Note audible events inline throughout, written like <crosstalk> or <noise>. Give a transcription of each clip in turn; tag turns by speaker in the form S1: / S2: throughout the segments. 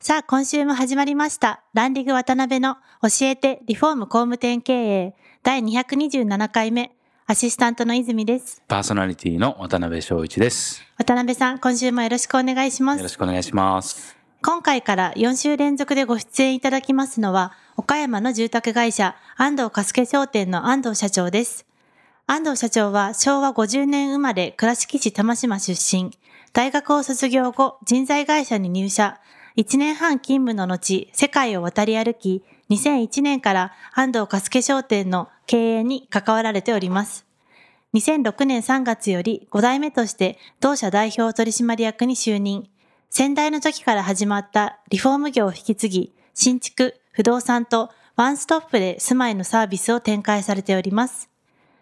S1: さあ、今週も始まりました。ランディング渡辺の教えてリフォーム工務店経営第227回目。アシスタントの泉です。
S2: パーソナリティの渡辺翔一です。
S1: 渡辺さん、今週もよろしくお願いしま
S2: よろし
S1: す。
S2: くお願いします。
S1: 今回から4週連続でご出演いただきますのは、岡山の住宅会社、安藤粕助商店の安藤社長です。安藤社長は昭和50年生まれ倉敷市玉島出身。大学を卒業後、人材会社に入社。1年半勤務の後、世界を渡り歩き、2001年から安藤粕助商店の経営に関わられております。2006年3月より5代目として同社代表取締役に就任。先代の時から始まったリフォーム業を引き継ぎ、新築、不動産とワンストップで住まいのサービスを展開されております。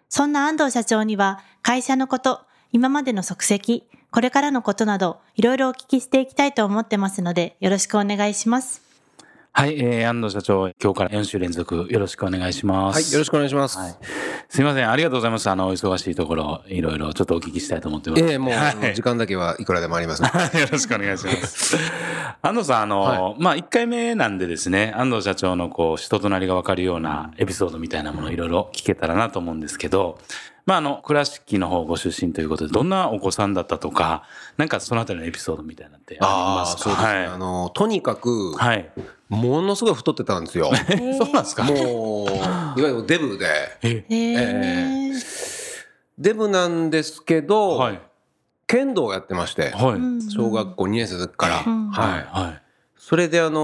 S1: そんな安藤社長には会社のこと、今までの足跡、これからのことなどいろいろお聞きしていきたいと思ってますのでよろしくお願いします。
S2: はい、えー、安藤社長、今日から4週連続よろしくお願いします。
S3: はい、よろしくお願いします。
S2: はいすいません、ありがとうございました。あの、お忙しいところ、いろいろちょっとお聞きしたいと思ってます。
S3: ええもう、
S2: は
S3: あの時間だけはいくらでもあ
S2: <laughs>
S3: ります、ね。
S2: い、よろしくお願いし
S3: <laughs>
S2: ます。安藤さん、あの、まあ、1回目なんでですね、安藤社長のこう、人となりがわかるようなエピソードみたいなもの、いろいろ聞けたらなと思うんですけど、まあ、あの、倉敷の方ご出身ということで、どんなお子さんだったとか、なんかそのあたりのエピソードみたいなのってありますか
S3: そうですね。
S2: はい
S3: あの、とにかく、
S2: はい。
S3: ものすごい太ってたんですよ。
S2: そうなん <laughs> ですか
S3: もう、いわゆるデブで。
S2: え
S1: へー
S3: えデブなんですけど、
S2: はい。
S3: 剣道をやってまして、
S2: はい。
S1: うん
S3: 小学校2年生の時から。
S1: うん
S3: はい。
S2: は
S3: それで、あの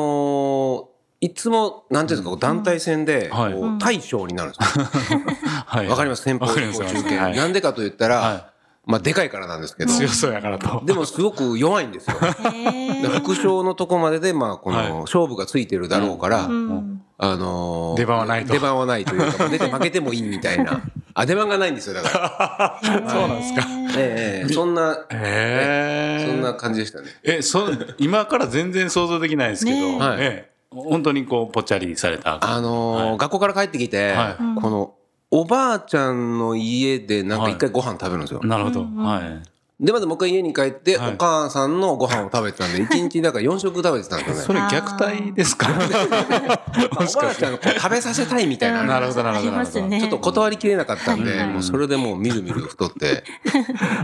S3: ーいつも、なんていうんですか、こう団体戦で、こ
S2: はいう
S3: うん大将になるんですよ
S2: い。はい。
S3: わかります先方
S2: わかり
S3: 中
S2: ます
S3: 継。
S2: はい
S3: なんでかと言ったら、
S2: は
S3: まあ、でかいからなんですけ
S2: い。
S3: ど、
S2: 強そうやからと。
S3: でもすごく弱いんですよ。
S1: へ
S3: で
S1: ー
S3: 副賞のとこまでで、まあ、こ
S2: はい
S3: の勝負がついてるだろうから、
S1: うん
S3: あのー
S2: 出番はないと
S3: 出番はないというか、まあ出て負けてもいいみた
S2: <laughs>
S3: いな。あ、出番がないんですよ、だから。
S1: そう
S2: なんですか
S3: ええそんな、
S2: ええ。
S3: そんな感じでしたね。
S2: え、そ、今から全然想像できないですけ
S1: ね
S2: ど、
S1: え
S3: はい
S2: ええ本当にこう、ぽっちゃりされた。
S3: あのー
S2: はい
S3: 学校から帰ってきて、
S2: は
S3: この、おばあちゃんの家でなんか一回ご飯食べるんですよ。
S2: なるほど。
S1: うんうん
S2: はい。
S3: で、まずもう一回家に帰って、
S2: はい
S3: お母さんのご飯を食べてたんで、一日だから4食食べてたんです
S2: <laughs> そ
S3: よね。
S2: れ虐待ですか
S3: まあおばあちゃんのこう食べさせたいみたいなのあるんです
S2: <laughs>
S3: よ
S2: なるほどな
S1: あ
S2: るほど
S1: りますね。
S3: ちょっと断りきれなかったんで、
S1: はいはい
S3: もうそれでもうみるみる太って。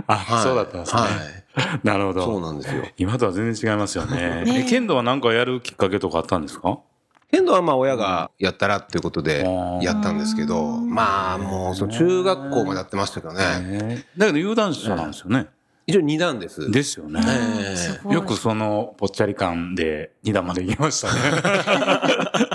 S2: あ、そうだったんですね。
S3: はい。
S2: なるほど。
S3: そうなんですよ。
S2: 今とは全然違いますよ
S1: ね
S2: ね。
S1: え
S2: え剣道は何かやるきっかけとかあったんですか
S3: 剣道はまあ親がやったらっていうことで
S2: うん
S3: やったんですけど、まあもうその中学校までやってましたけどね。
S2: ええだけど有段者なんですよね。
S3: 一応二段です。
S2: ですよね。
S3: ええ
S1: すごい
S2: よくそのぽっちゃり感で二段まで行きましたね。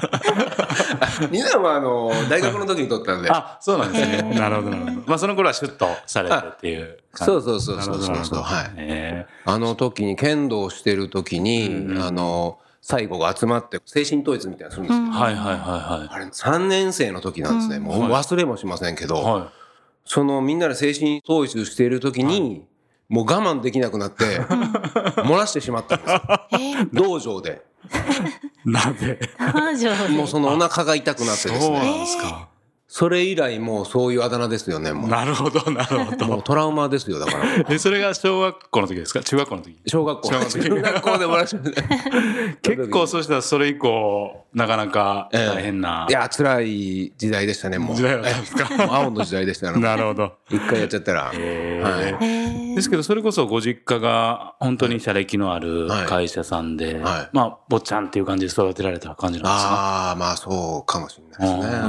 S3: 二段はあの、大学の時に取ったんで。
S2: あ、そうなんですね。
S1: へー
S2: なるほど、なるほど。まあ、その頃はシュッとされてっていう感じ。
S3: そうそうそうそう
S2: な
S3: そ
S2: るほ
S3: う
S2: ど
S3: そう。はい。
S2: え
S3: あの時に剣道をしてる時に、あの、最後が集まって精神統一みたいなのするんですけど、
S2: ーはいはいはいは
S3: あれ3年生の時なんですね。もう忘れもしませんけど、
S2: い。は
S3: そのみんなで精神統一している時に、もう我慢できなくなって、 <laughs> 漏らしてしまったんですよ。
S1: えー
S3: 道場で。
S2: い。なんで
S1: 彼女
S3: <laughs> もうそのお腹が痛くなって
S2: そう
S3: ですね。
S2: なんですか。
S3: それ以来もうそういうあだ名ですよね、も
S2: なるほど、なるほ
S3: <laughs> う。もうトラウマですよ、だから。
S2: ど。で、それが小学校の時ですか中学校の時。
S3: 小学校。
S2: 小学校
S3: 中学校で漏
S2: <laughs>
S3: らして
S2: 結構、そうしたらそれ以降、なかなか大変ない
S3: や、辛い時代でしたね、もう。
S2: 時代だったんですか。
S3: <laughs> もう青の時代でしたね。
S2: なるほど。
S3: 一回やっちゃったら。はい
S1: へー
S2: ですけど、それこそご実家が本当に社歴のある会社さんで、
S3: はい
S2: まあ、坊ちゃんっていう感じで育てられた感じなんですか
S3: ああ、まあそうかもしれないです
S2: あ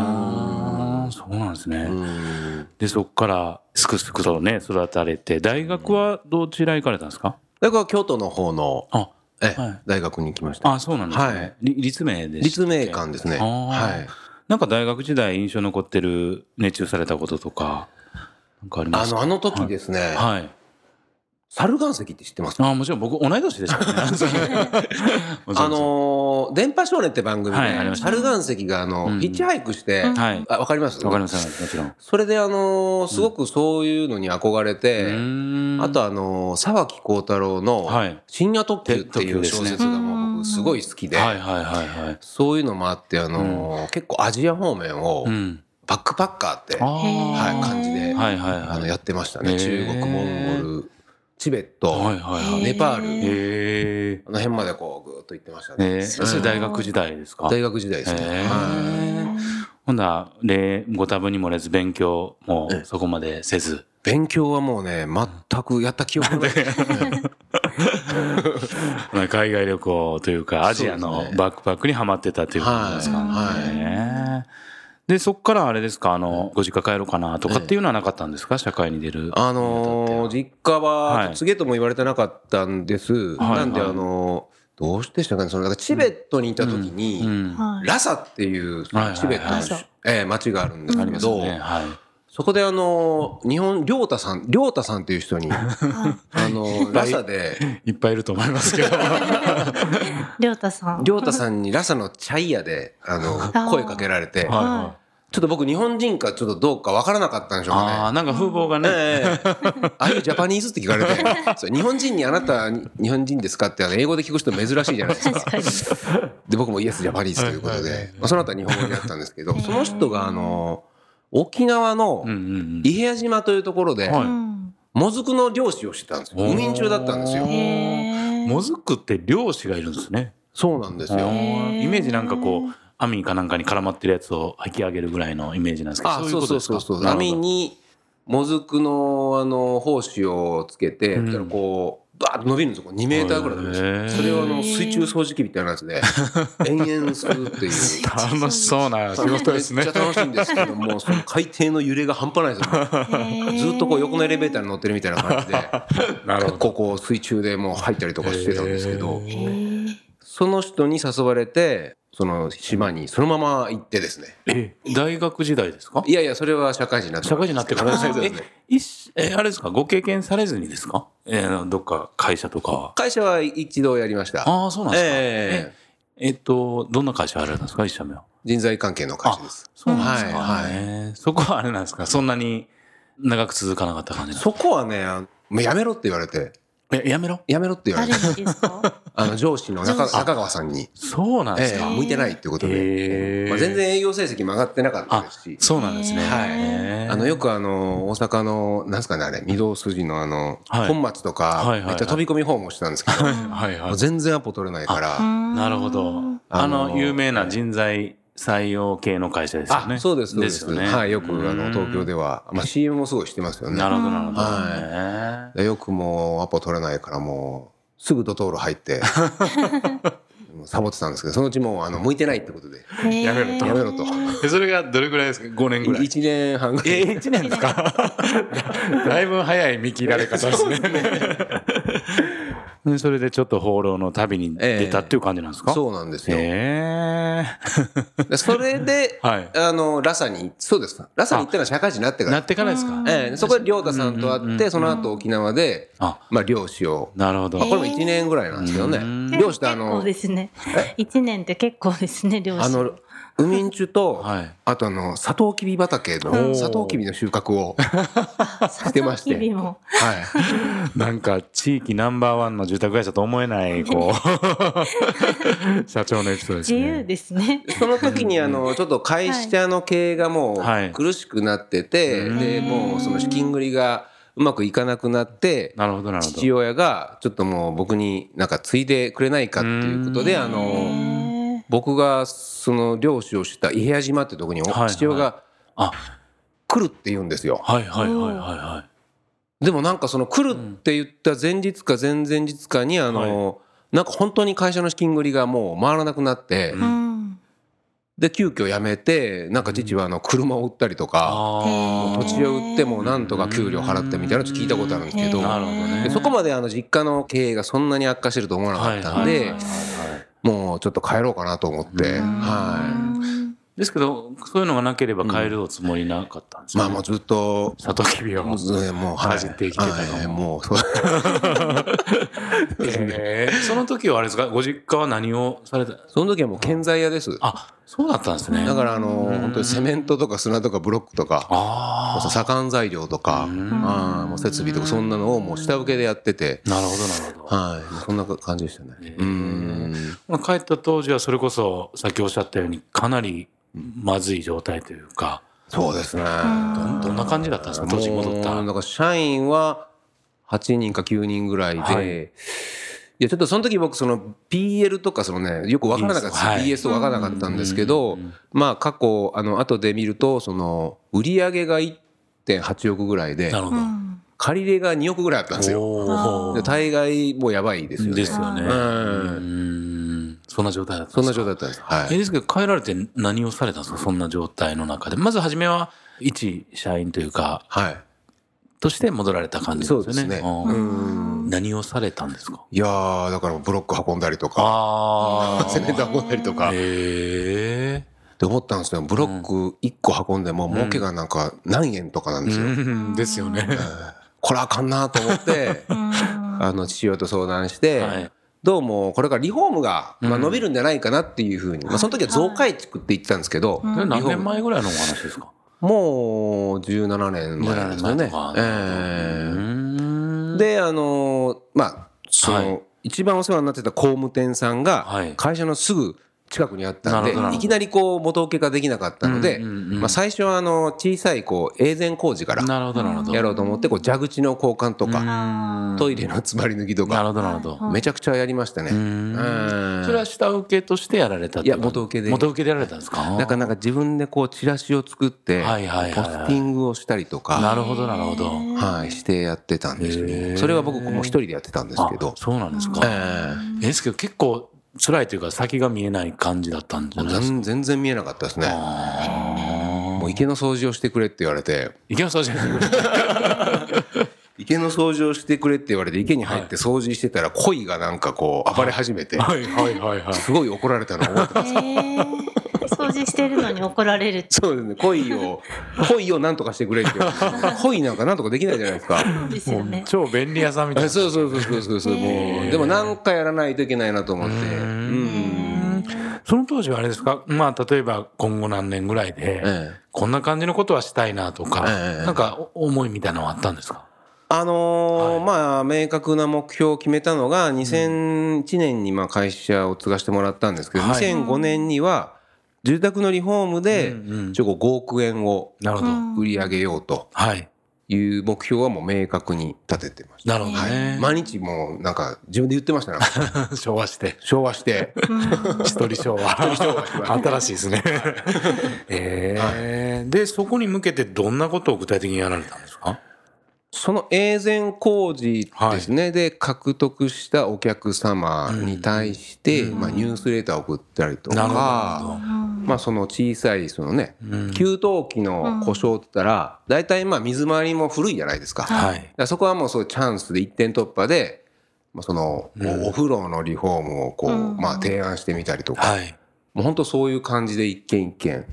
S2: ーそうなんですね。
S3: ね。うん
S2: で、そこからすくすくとね、育たれて、大学はどちら行かれたんですか
S3: だから京都の方の、
S2: あ、
S3: え
S2: はい
S3: 大学に来ました。
S2: あ、そうなんですね。
S3: はい
S2: り立命でした
S3: 立命館ですね。
S2: あー
S3: はい。
S2: なんか大学時代印象残ってる、熱中されたこととか、なんかありま
S3: あ
S2: すか
S3: の、あの時ですね、
S2: はい。
S3: 猿岩石って知ってます
S2: ああ、もちろん僕同い年でしたから
S3: <laughs>
S2: ね。 <laughs> もちろん
S3: あ、のー電波少年って番組で、
S2: はいありました
S3: 猿岩石があの、
S2: うん
S3: ヒッチハイクして、
S1: うん
S2: はい。
S3: あ、わかります
S2: わかります、もちろん。
S3: それであのーすごくそういうのに憧れて、あ
S2: あ
S3: とあのー沢木幸太郎の
S2: はい
S3: 「深夜特急」ってい
S2: 特急
S3: う
S2: です
S3: 小
S2: ね
S3: 説がもう僕すごい好きで、
S2: はいはいはいはい。
S3: そういうのもあって、あのー結構アジア方面を
S2: うん。
S3: バックパッカーって、
S2: あ
S3: は
S1: へー
S2: あ。
S3: い、感じで、
S2: はいはい
S3: あ
S2: は
S3: の
S2: い。
S3: やってましたね
S2: へー
S3: 中国モンゴルチベット、
S2: はいはいはい。
S3: ネパール、
S1: へ
S2: へえ。
S3: あの辺までこうぐーっと行ってましたね、
S2: ええ。それ大学時代ですか
S3: 大学時代ですね、
S2: へー
S3: はい
S2: ほんだら、礼ご多分にもれず勉強もそこまでせず。
S3: 勉強はもうね全くやった記憶がない
S2: <laughs> まあ海外旅行というか、アジアのバックパックにはまってたということなんですか
S3: はいはい
S2: ね。で、そこからあれですか、あの、ご実家帰ろうかなとかっていうのはなかったんですか社会に出る。
S3: あのー実家
S2: は
S3: はいつげとも言われてなかったんです、
S2: はい
S3: なんであのーどうしてでしたかねそのなんかチベットにいた時に、
S2: うん。
S1: はい
S3: ラサっていう
S2: はいはいはい
S3: チベットの、
S1: ラサ
S3: ええ町があるんです
S2: あ
S3: け
S2: ります
S3: ど、
S2: よね。はい。
S3: そこであのー日本亮太さん亮太さんっていう人
S2: <laughs>
S3: にあ
S1: は
S3: のーラサで
S2: いっぱいいると思います
S3: <laughs>
S2: けど。
S1: い。りょうたさん。
S3: 亮太さんにラサのチャイヤであの
S1: ー
S3: 声かけられて
S1: い
S2: あ
S3: ちょっと僕日本人かちょっとどうかわからなかったんでしょうかね。
S2: あー、なんか風貌がね。
S3: ええああいうジャパニーズって聞かれ <laughs> て、そう日本人にあなたに日本人ですかってあの英語で聞く人珍しいじゃない <laughs> です
S1: 確
S3: か。
S1: かに。
S3: で、僕もイエスジャパニーズということ
S2: はいはい
S3: で、まあ、その後は日本語になったんですけ <laughs> ど、
S1: ー
S3: その人があの、沖縄の
S2: うんうん
S3: 伊平屋島というところで、
S2: はいう
S3: もずくの漁師をしてたんですよ。
S2: おー
S3: 無民中だったんです
S2: お
S1: ん。
S3: よ。
S2: う
S1: へー
S2: ん。もずくって漁師がいるんですね。
S3: そうなんです
S2: あ
S3: よ。
S2: ーイメージなんかこう、網かなんかに絡まってるやつを引き上げるぐらいのイメージなんですけど。
S3: あ、
S2: い
S3: そう
S2: こ
S3: そ
S2: と
S3: う
S2: です
S3: そ
S2: か
S3: うそう。
S2: なるほど
S3: 網に、もずくの、あの、胞子をつけて、
S2: うん
S3: みたいなこう、バーッと伸びるんですよ。2メーターぐらい伸びるんです
S2: へー
S3: よそれをあの、水中掃除機みたいなやつで、延々す
S2: <laughs>
S3: るっていう。
S2: 楽しそうな仕事ですね
S3: めっ。ちゃ楽しいんですけども、その海底の揺れが半端ないですよ。ずっとこう横のエレベーターに乗ってるみたいな感じで、
S2: なる
S3: 結
S2: ほど。
S3: 構こう水中でもう入ったりとかしてたんですけど、
S2: へ
S1: へー
S3: その人に誘われて、その島にそのまま行ってですね。
S2: <laughs> え、大学時代ですか
S3: いやいや、それは社会人になって
S2: 社会人になってからです
S3: そう
S2: ね
S3: ですね
S2: え、一え、あれですかご経験されずにですかえー、あのどっか会社とかは。
S3: 会社は一度やりました。
S2: ああ、そうなんですか。
S3: ええ
S2: ええっと、どんな会社あれなんですか一社目は。
S3: 人材関係の会社です。
S2: そうなんですか。
S3: はいはい
S2: ええそこはあれなんですかそんなに長く続かなかった感じなんですか
S3: そこはね、あのもうやめろって言われて、
S2: え、やめろ。
S3: やめろって言わ
S1: 誰
S3: れて、
S1: にですか
S3: あの上司の中
S1: 上司
S3: 中川さんに、
S2: そうなんで
S3: え
S2: す
S3: え
S2: か。
S3: 向いてないっていうことで、
S2: ええ
S3: まあ、全。然営業成績も上がってなかったで
S2: あ
S3: すし、、
S2: そうなんですね。
S1: へ
S3: はい
S2: ええ
S3: あの、よくあの、大阪の、なんすかね、あれ、御堂筋のあの、
S2: はい
S3: 本町と
S2: はいはい
S3: か
S2: は、い
S3: めっちゃ飛び込み訪問してたんですけど、
S2: はいは
S3: もう全然アポ取れないから、あ
S2: い。なるほど。あ
S3: あ
S2: の、
S3: の
S2: 有名な人材採用系の会社ですよね。
S3: そうです、そうで
S2: です
S3: す。
S2: よね。
S3: はい、よくあ
S2: う
S3: の、
S2: ん
S3: 東京では、まあ CM もすごいしてますよね。
S2: なるほど、なるほど。
S3: は
S2: ね
S3: でよくもうアポ取れないからもうすぐドトール入ってもうサボってたんですけどそのうちもうあの向いてないってことで
S1: や
S2: めろと
S3: やめろと
S2: えそれがどれぐらいですか ?5 年ぐらい。
S3: 1年半ぐらい
S2: え、1年ですか <laughs> だいぶ早い見切られ方です
S3: <laughs>
S2: ね。でそれでちょっと放浪の旅に出たっていう感じなんですか、
S3: そうなんですよ、
S2: ええ
S3: でそれで、
S2: はい
S3: あのラサにそうですかラサに行ったのは社会人になって
S2: <laughs>
S3: か
S2: な
S3: ら
S2: ってかないですか
S3: ええそこで亮太さんと会ってその後沖縄で
S2: あ、
S3: まあ漁師を
S2: なるほど。
S3: まあこれも1年ぐらいなんですけどね
S2: うん
S1: でも
S3: 漁師ってあ
S1: 結
S3: の
S1: 構ですね。一年って結構ですね、漁師。
S3: あのウミンチュと、
S2: はい
S3: あとあのサトウキビ畑
S2: う
S3: の
S2: ん
S3: サトウキビの収
S2: <laughs>
S3: 穫をしてまし
S1: サト
S3: て
S1: ウキビも
S3: はい
S2: なんか地域ナンバーワンの住宅会社と思えない、こ
S4: <laughs>
S2: う、社長のエピソードです
S1: 自
S2: ね。
S1: 由ですね。
S3: <laughs> その時にあのちょっと会社の経営がも
S2: はいう
S3: 苦しくなってて、
S2: はい
S3: でもうその資金繰りがうまくいかなくなって
S2: なるほど、なるほど。
S3: 父親がちょっともう僕になんか継いでくれないかっていうことであの
S1: へ
S3: 僕がその漁師をした伊平屋島ってとこにお
S2: はいはい
S3: 父親が
S2: あ、
S3: 来るって言うんですよ。
S2: はいはいはいはいはい。
S3: でもなんかその来るって言った前日か前々日かにあのなんか本当に会社の資金繰りがもう回らなくなって
S1: ーうん
S3: で急遽辞めてなんか父はあの車を売ったりとか。
S2: あ
S3: 土地を売ってもなんとか給料払ってみたいなのちょっと聞いたことあるんですけど
S1: へー
S2: なるほどね
S3: でそこまであの実家の経営がそんなに悪化してると思わ
S2: あ
S3: な
S2: は
S3: か
S2: い
S3: ったん
S2: は
S3: で
S2: いはいはい
S3: もうちょっと帰ろうかなと思って
S2: うん
S3: は
S4: ですけど、そういうのがなければ買えるおつもりなかったんです
S3: まあ
S4: よね
S3: もうずっと、
S4: サトウキビを。
S3: もうずもう、
S4: かじって生きてたの
S3: はいもう、そう。 <laughs>
S4: えーその時はあれですかご実家は何をされた
S3: その時はもう建材屋です。
S4: あ、そうだったんですね。
S3: だからあの、
S4: うん
S3: 本当にセメントとか砂とかブロックとか、
S4: ああ。
S3: 左官材料とか、
S4: うん
S3: あーもう設備とかそんなのをもう下請けでやってて、
S4: なるほど、なるほど。
S3: はい、もうそんな感じでしたね。
S4: へー
S3: うん。
S4: まあ帰った当時はそれこそ、さっきおっしゃったように、かなりまずい状態というか、
S3: そうですね。
S4: どんどんな感じだったんですか、当時戻った
S3: もう
S4: ら。
S3: なんか社員は8人か9人ぐらいで、
S4: はい
S3: い、やちょっとその時僕その PL とかそのねよく分からなかった
S4: BS はい
S3: BS とか分からなかったんですけど、
S4: うん
S3: まあ過去あの後で見るとその売り上げが1.8億ぐらいで
S4: なるほ
S1: う
S4: ど。
S1: ん
S3: 借り入れが2億ぐらいあったんですよ。
S4: お
S3: で
S4: ー
S3: 大概もうやばいですよね。
S4: ですよね。
S3: う
S4: うんんそんな状態だった
S3: そ
S4: ん
S3: ん
S4: で
S3: な
S4: すか
S3: 状態だったんです。は
S4: え
S3: い。
S4: ですけど、帰られて何をされたんですかそんな状態の中で。まず初めは、一社員というか、
S3: はい。
S4: として戻られた感じなんですよね。
S3: そう
S4: あ
S3: ですね
S4: ー
S3: うん。
S4: 何をされたんですか
S3: いやーだからブロック運んだりとか、
S4: ああ。
S3: セメント運んだりとか。
S4: へえ。
S3: って思ったんですよブロック1個運んでも儲けがなんか何円とかなんですよ、
S4: うんですよね。
S3: これあかんなと思ってあの父親と相談して、
S4: はい
S3: どうもこれからリフォームが、まあ、
S4: うん
S3: 伸びるんじゃないかなっていうふうに、まあ、その時は増改築って言ってたんですけど、
S1: うん
S4: それ何年前ぐらいのお話ですか
S3: もう17年前なんですよね
S4: 17年前とか。
S3: え
S4: う
S3: え
S4: ーん
S3: であのーまあその、
S4: はい
S3: 一番お世話になってた工務店さんが
S4: はい
S3: 会社のすぐ近くにあったん
S4: なる
S3: で、
S4: ほどなる
S3: い、
S4: ほど
S3: きなりこう元請けができなかったので、
S4: うんうんうん
S3: まあ、最初はあの小さいこう永全工事から
S4: なるほど、なるほど。
S3: やろうと思ってこう蛇口の交換とか、
S1: あ
S3: トイレの詰まり抜きと
S4: なる
S3: か
S4: ほど、なるほど。
S3: めちゃくちゃやりましたね。
S4: う
S3: うんん
S4: それは下請けとしてやられたって
S3: いや
S4: こと
S3: 元請けで
S4: 元請けでやられたんですか
S3: なんかなんか自分でこうチラシを作って
S4: はいはいはい
S3: ポスティングをしたりと
S4: な
S3: か、
S4: るほど、なるほど。
S3: はい、してやってたんですよ
S4: へ
S3: ね。
S4: ー
S3: それは僕もう一人でやってたんですけど
S4: あ、そうなんです
S3: え
S4: か。えですけど結構辛いというか先が見えない感じだったんじ
S3: え
S4: ゃ
S3: もう
S4: ないですか。
S3: 全全然見えなかったですね。もう池の掃除をしてくれって言われて、
S4: いけました、
S3: 池の掃除をしてくれって言われて池に入って掃除してたら鯉がなんかこう暴れ始めて、
S4: はいはいはいはい。
S3: すごい怒られたのを覚えてます
S4: <laughs>
S1: へー掃除してるのに怒られるって
S3: そうですね。恋を、恋をなんとかしてくれって言われ
S4: <laughs>
S3: て。恋なんかなんとかできないじゃないですか。
S1: ことですよね。
S4: 超便利屋さんみたい
S3: え
S4: な。
S3: そうそうそうそうそうそう。もう、でもなんかやらないといけないなと思って。うん。
S4: <laughs> その当時はあれですか、まあ、例えば今後何年ぐらいで、
S3: ええ
S4: こんな感じのことはしたいなとか、
S3: ええ
S4: なんかお思いみたいなのはあったんですか、
S3: あのー
S4: はい
S3: まあ、明確な目標を決めたのが、2001年にまあ会社を継がしてもらったんですけど、
S4: はい
S3: 2005年には、住宅のリフォームで
S4: うんうん、
S3: ちょこ5億円を
S4: なるほど。
S3: 売り上げようと
S4: はい。
S3: いう目標はもう明確に立ててました。
S4: なるほどね。
S3: 毎日もうなんか自分で言ってま
S4: <laughs>
S3: したね。
S4: 昭和して。
S3: 昭和して。
S4: 一人昭和。新しいです <laughs> ね。ええで、そこに向けてどんなことを具体的にやられたんですか
S3: その永全工事ですね、で獲得したお客様に対して、まあ、ニュースレターを送ったりと
S4: なるほど
S3: か、まあ、その小さいその、ね
S4: うん
S3: 給湯器の故障って言ったら大体まあ水回りも古いじゃないですか,、だか
S4: はい。
S3: らそこはもうそういうチャンスで一点突破で、まあ、そのお風呂のリフォームをこう、まあ、提案してみたりとか、
S4: はい。
S3: もう本当そういう感じで一軒一軒、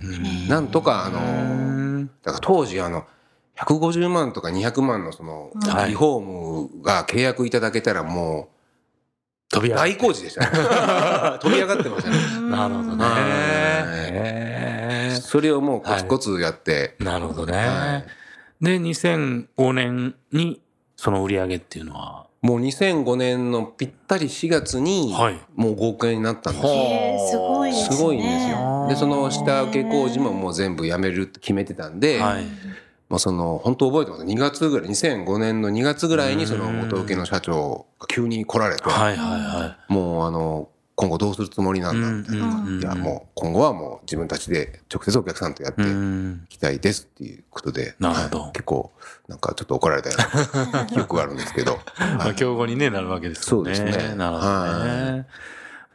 S3: なんとかあのだから当時あの150万とか200万のその
S4: はい
S3: リフォームが契約いただけたらも
S4: 飛び
S3: う
S4: 上が
S3: 大工事でしたね
S4: <laughs>
S3: 飛び上がってましたね
S4: なるほどね。
S3: はい
S4: ええ
S3: それをもうコツコツやって、
S4: なるほ
S3: は
S4: どね。で、2005年にその売り上げっていうのは、
S3: もう2005年のぴったり4月に
S4: はい
S3: もう5億円になったんですよ、
S1: へーすごいですね。
S3: すごいんですよでその下請け工事ももう全部やめるって決めてたんで、
S4: はい。
S3: まあ、その本当覚えてます2月ぐらい2005年の2月ぐらいにその元請けの社長が急に来られて、
S4: はいはいは。
S3: もうあの今後どうするつもりないんだみたいな、いやもう今後はもう自分たちで直接お客さんとやって
S4: う
S3: い
S4: ん。
S3: きたいですっていうことで、
S4: なるほど
S3: はい結構なんかちょっと怒られたよう <laughs> な記憶があるんですけど、
S4: まあ、競合に、ね、なるわけですよね。
S3: そうですね
S4: なるほどね。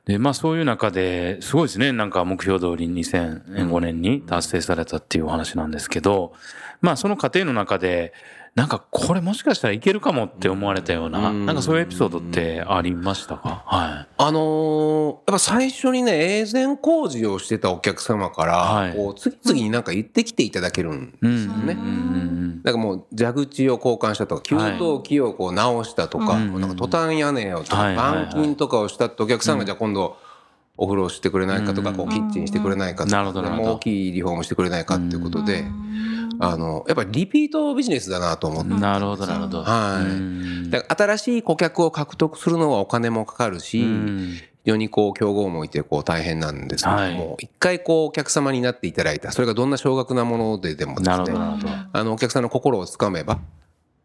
S4: で、まあそういう中で、すごいですね。なんか目標通りに2005年に達成されたっていうお話なんですけど、まあその過程の中で、なんかこれもしかしたらいけるかもって思われたような、
S3: うん
S4: なんかそういうエピソードってありましたかは
S3: あのーやっぱ最初にね、永全工事をしてたお客様から、
S4: はい
S3: こう次々になんか言ってきていただけるん
S4: い。うん。
S3: ね
S4: うんうん
S3: なんかもう蛇口を交換したとか給湯器をこう直したとか,、
S4: い
S3: なんかトタン屋根をと
S4: は
S3: か
S4: いはいはい
S3: 板金とかをしたってお客さんがじゃあ今度お風呂してくれないかとか、
S4: うん
S3: こうキッチンしてくれないかと
S4: なる
S3: か、
S4: ほどなるほど
S3: もう大きいリフォームしてくれないかっていうことで、あのやっぱりリピートビジネスだなと思って、
S4: うんなるほどなるほど。
S3: はい
S4: うん
S3: だから新しい顧客を獲得するのはお金もかかるし、
S4: うん
S3: 非常にこう競合もいてこう大変なんですけども、
S4: はい
S3: 一回こうお客様になっていただいたそれがどんな少額なものででもで
S4: な
S3: す
S4: る
S3: ね
S4: ほどなるほど。
S3: あのお客さんの心をつかめば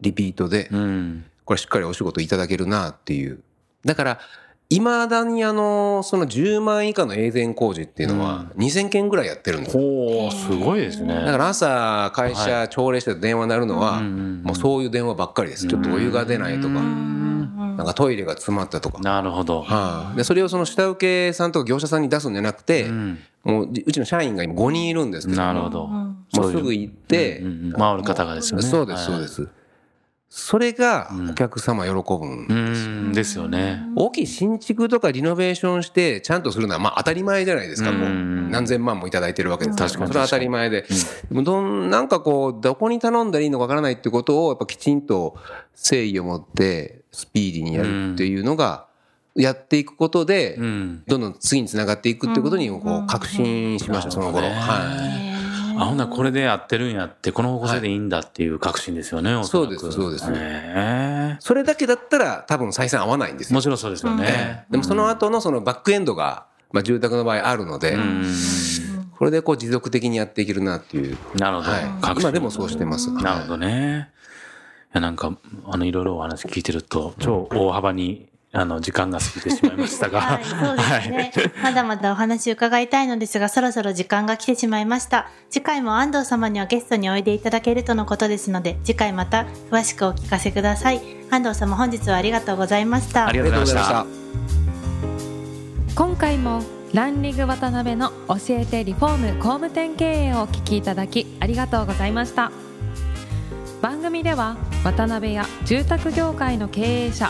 S3: リピートで
S4: うん。
S3: これしっかりお仕事いただけるなっていうだからいまだにあのその10万以下の永全工事っていうのは2,000件ぐらいやってるんですよ
S4: ほうすごいですね。
S3: だから朝会社朝礼して電話鳴るのはもうそういう電話ばっかりですちょっとお湯が出ないとかなんかトイレが詰まったとか
S4: なるほど。
S3: はい、でそれをその下請けさんとか業者さんに出すんじゃなくて、
S4: うん
S3: もうじうちの社員が今5人いるんですけど
S4: なるほど。
S3: もうすぐ行って、
S4: うんうん回る方がですよね。
S3: そうです
S4: は
S3: そ
S4: いう
S3: で。す、それが
S4: うん
S3: お客様喜ぶん
S4: う
S3: ですよ、
S4: んですよね。
S3: 大きい新築とかリノベーションしてちゃんとするのはまあ当たり前じゃないですか、
S4: うん
S3: もう何千万もいただいてるわけですから
S4: 確かに
S3: それは当たり前で、でもどんなんかこうどこに頼んだらいいのかわからないってことをやっぱきちんと誠意を持ってスピーディーにやるっていうのがやっていくことで、
S4: うん。
S3: どんどん次につながっていくってことにこう確信しました、その頃。
S4: なるほどね
S3: は
S4: あほんならこれでやってるんやってこの方向性でいいんだっていう確信ですよね、おらく
S3: そうですそうです
S4: ね
S3: い。それだけだったら多分採算合わないんです
S4: も
S3: よ。
S4: ちろんそうですよね、
S3: でもその後のそのバックエンドが、まあ、住宅の場合あるので、これでこう持続的にやっていけるなっていう。
S4: なるほど、
S3: は
S4: 確
S3: い。
S4: 信
S3: 今でもそうしてます。
S4: なるほどねいやなんかあのいろいろお話聞いてると超大幅にあの時間が過ぎてしまいましたが
S1: はい、そうですね、まだまだお話伺いたいのですが、そろそろ時間が来てしまいました。次回も安藤様にはゲストにおいでいただけるとのことですので、次回また詳しくお聞かせください。安藤様、本日はありがとうございました。
S4: ありがとうございました。
S5: 今回もランリング渡辺の教えてリフォーム工務店経営をお聞きいただきありがとうございました番組では渡辺や住宅業界の経営者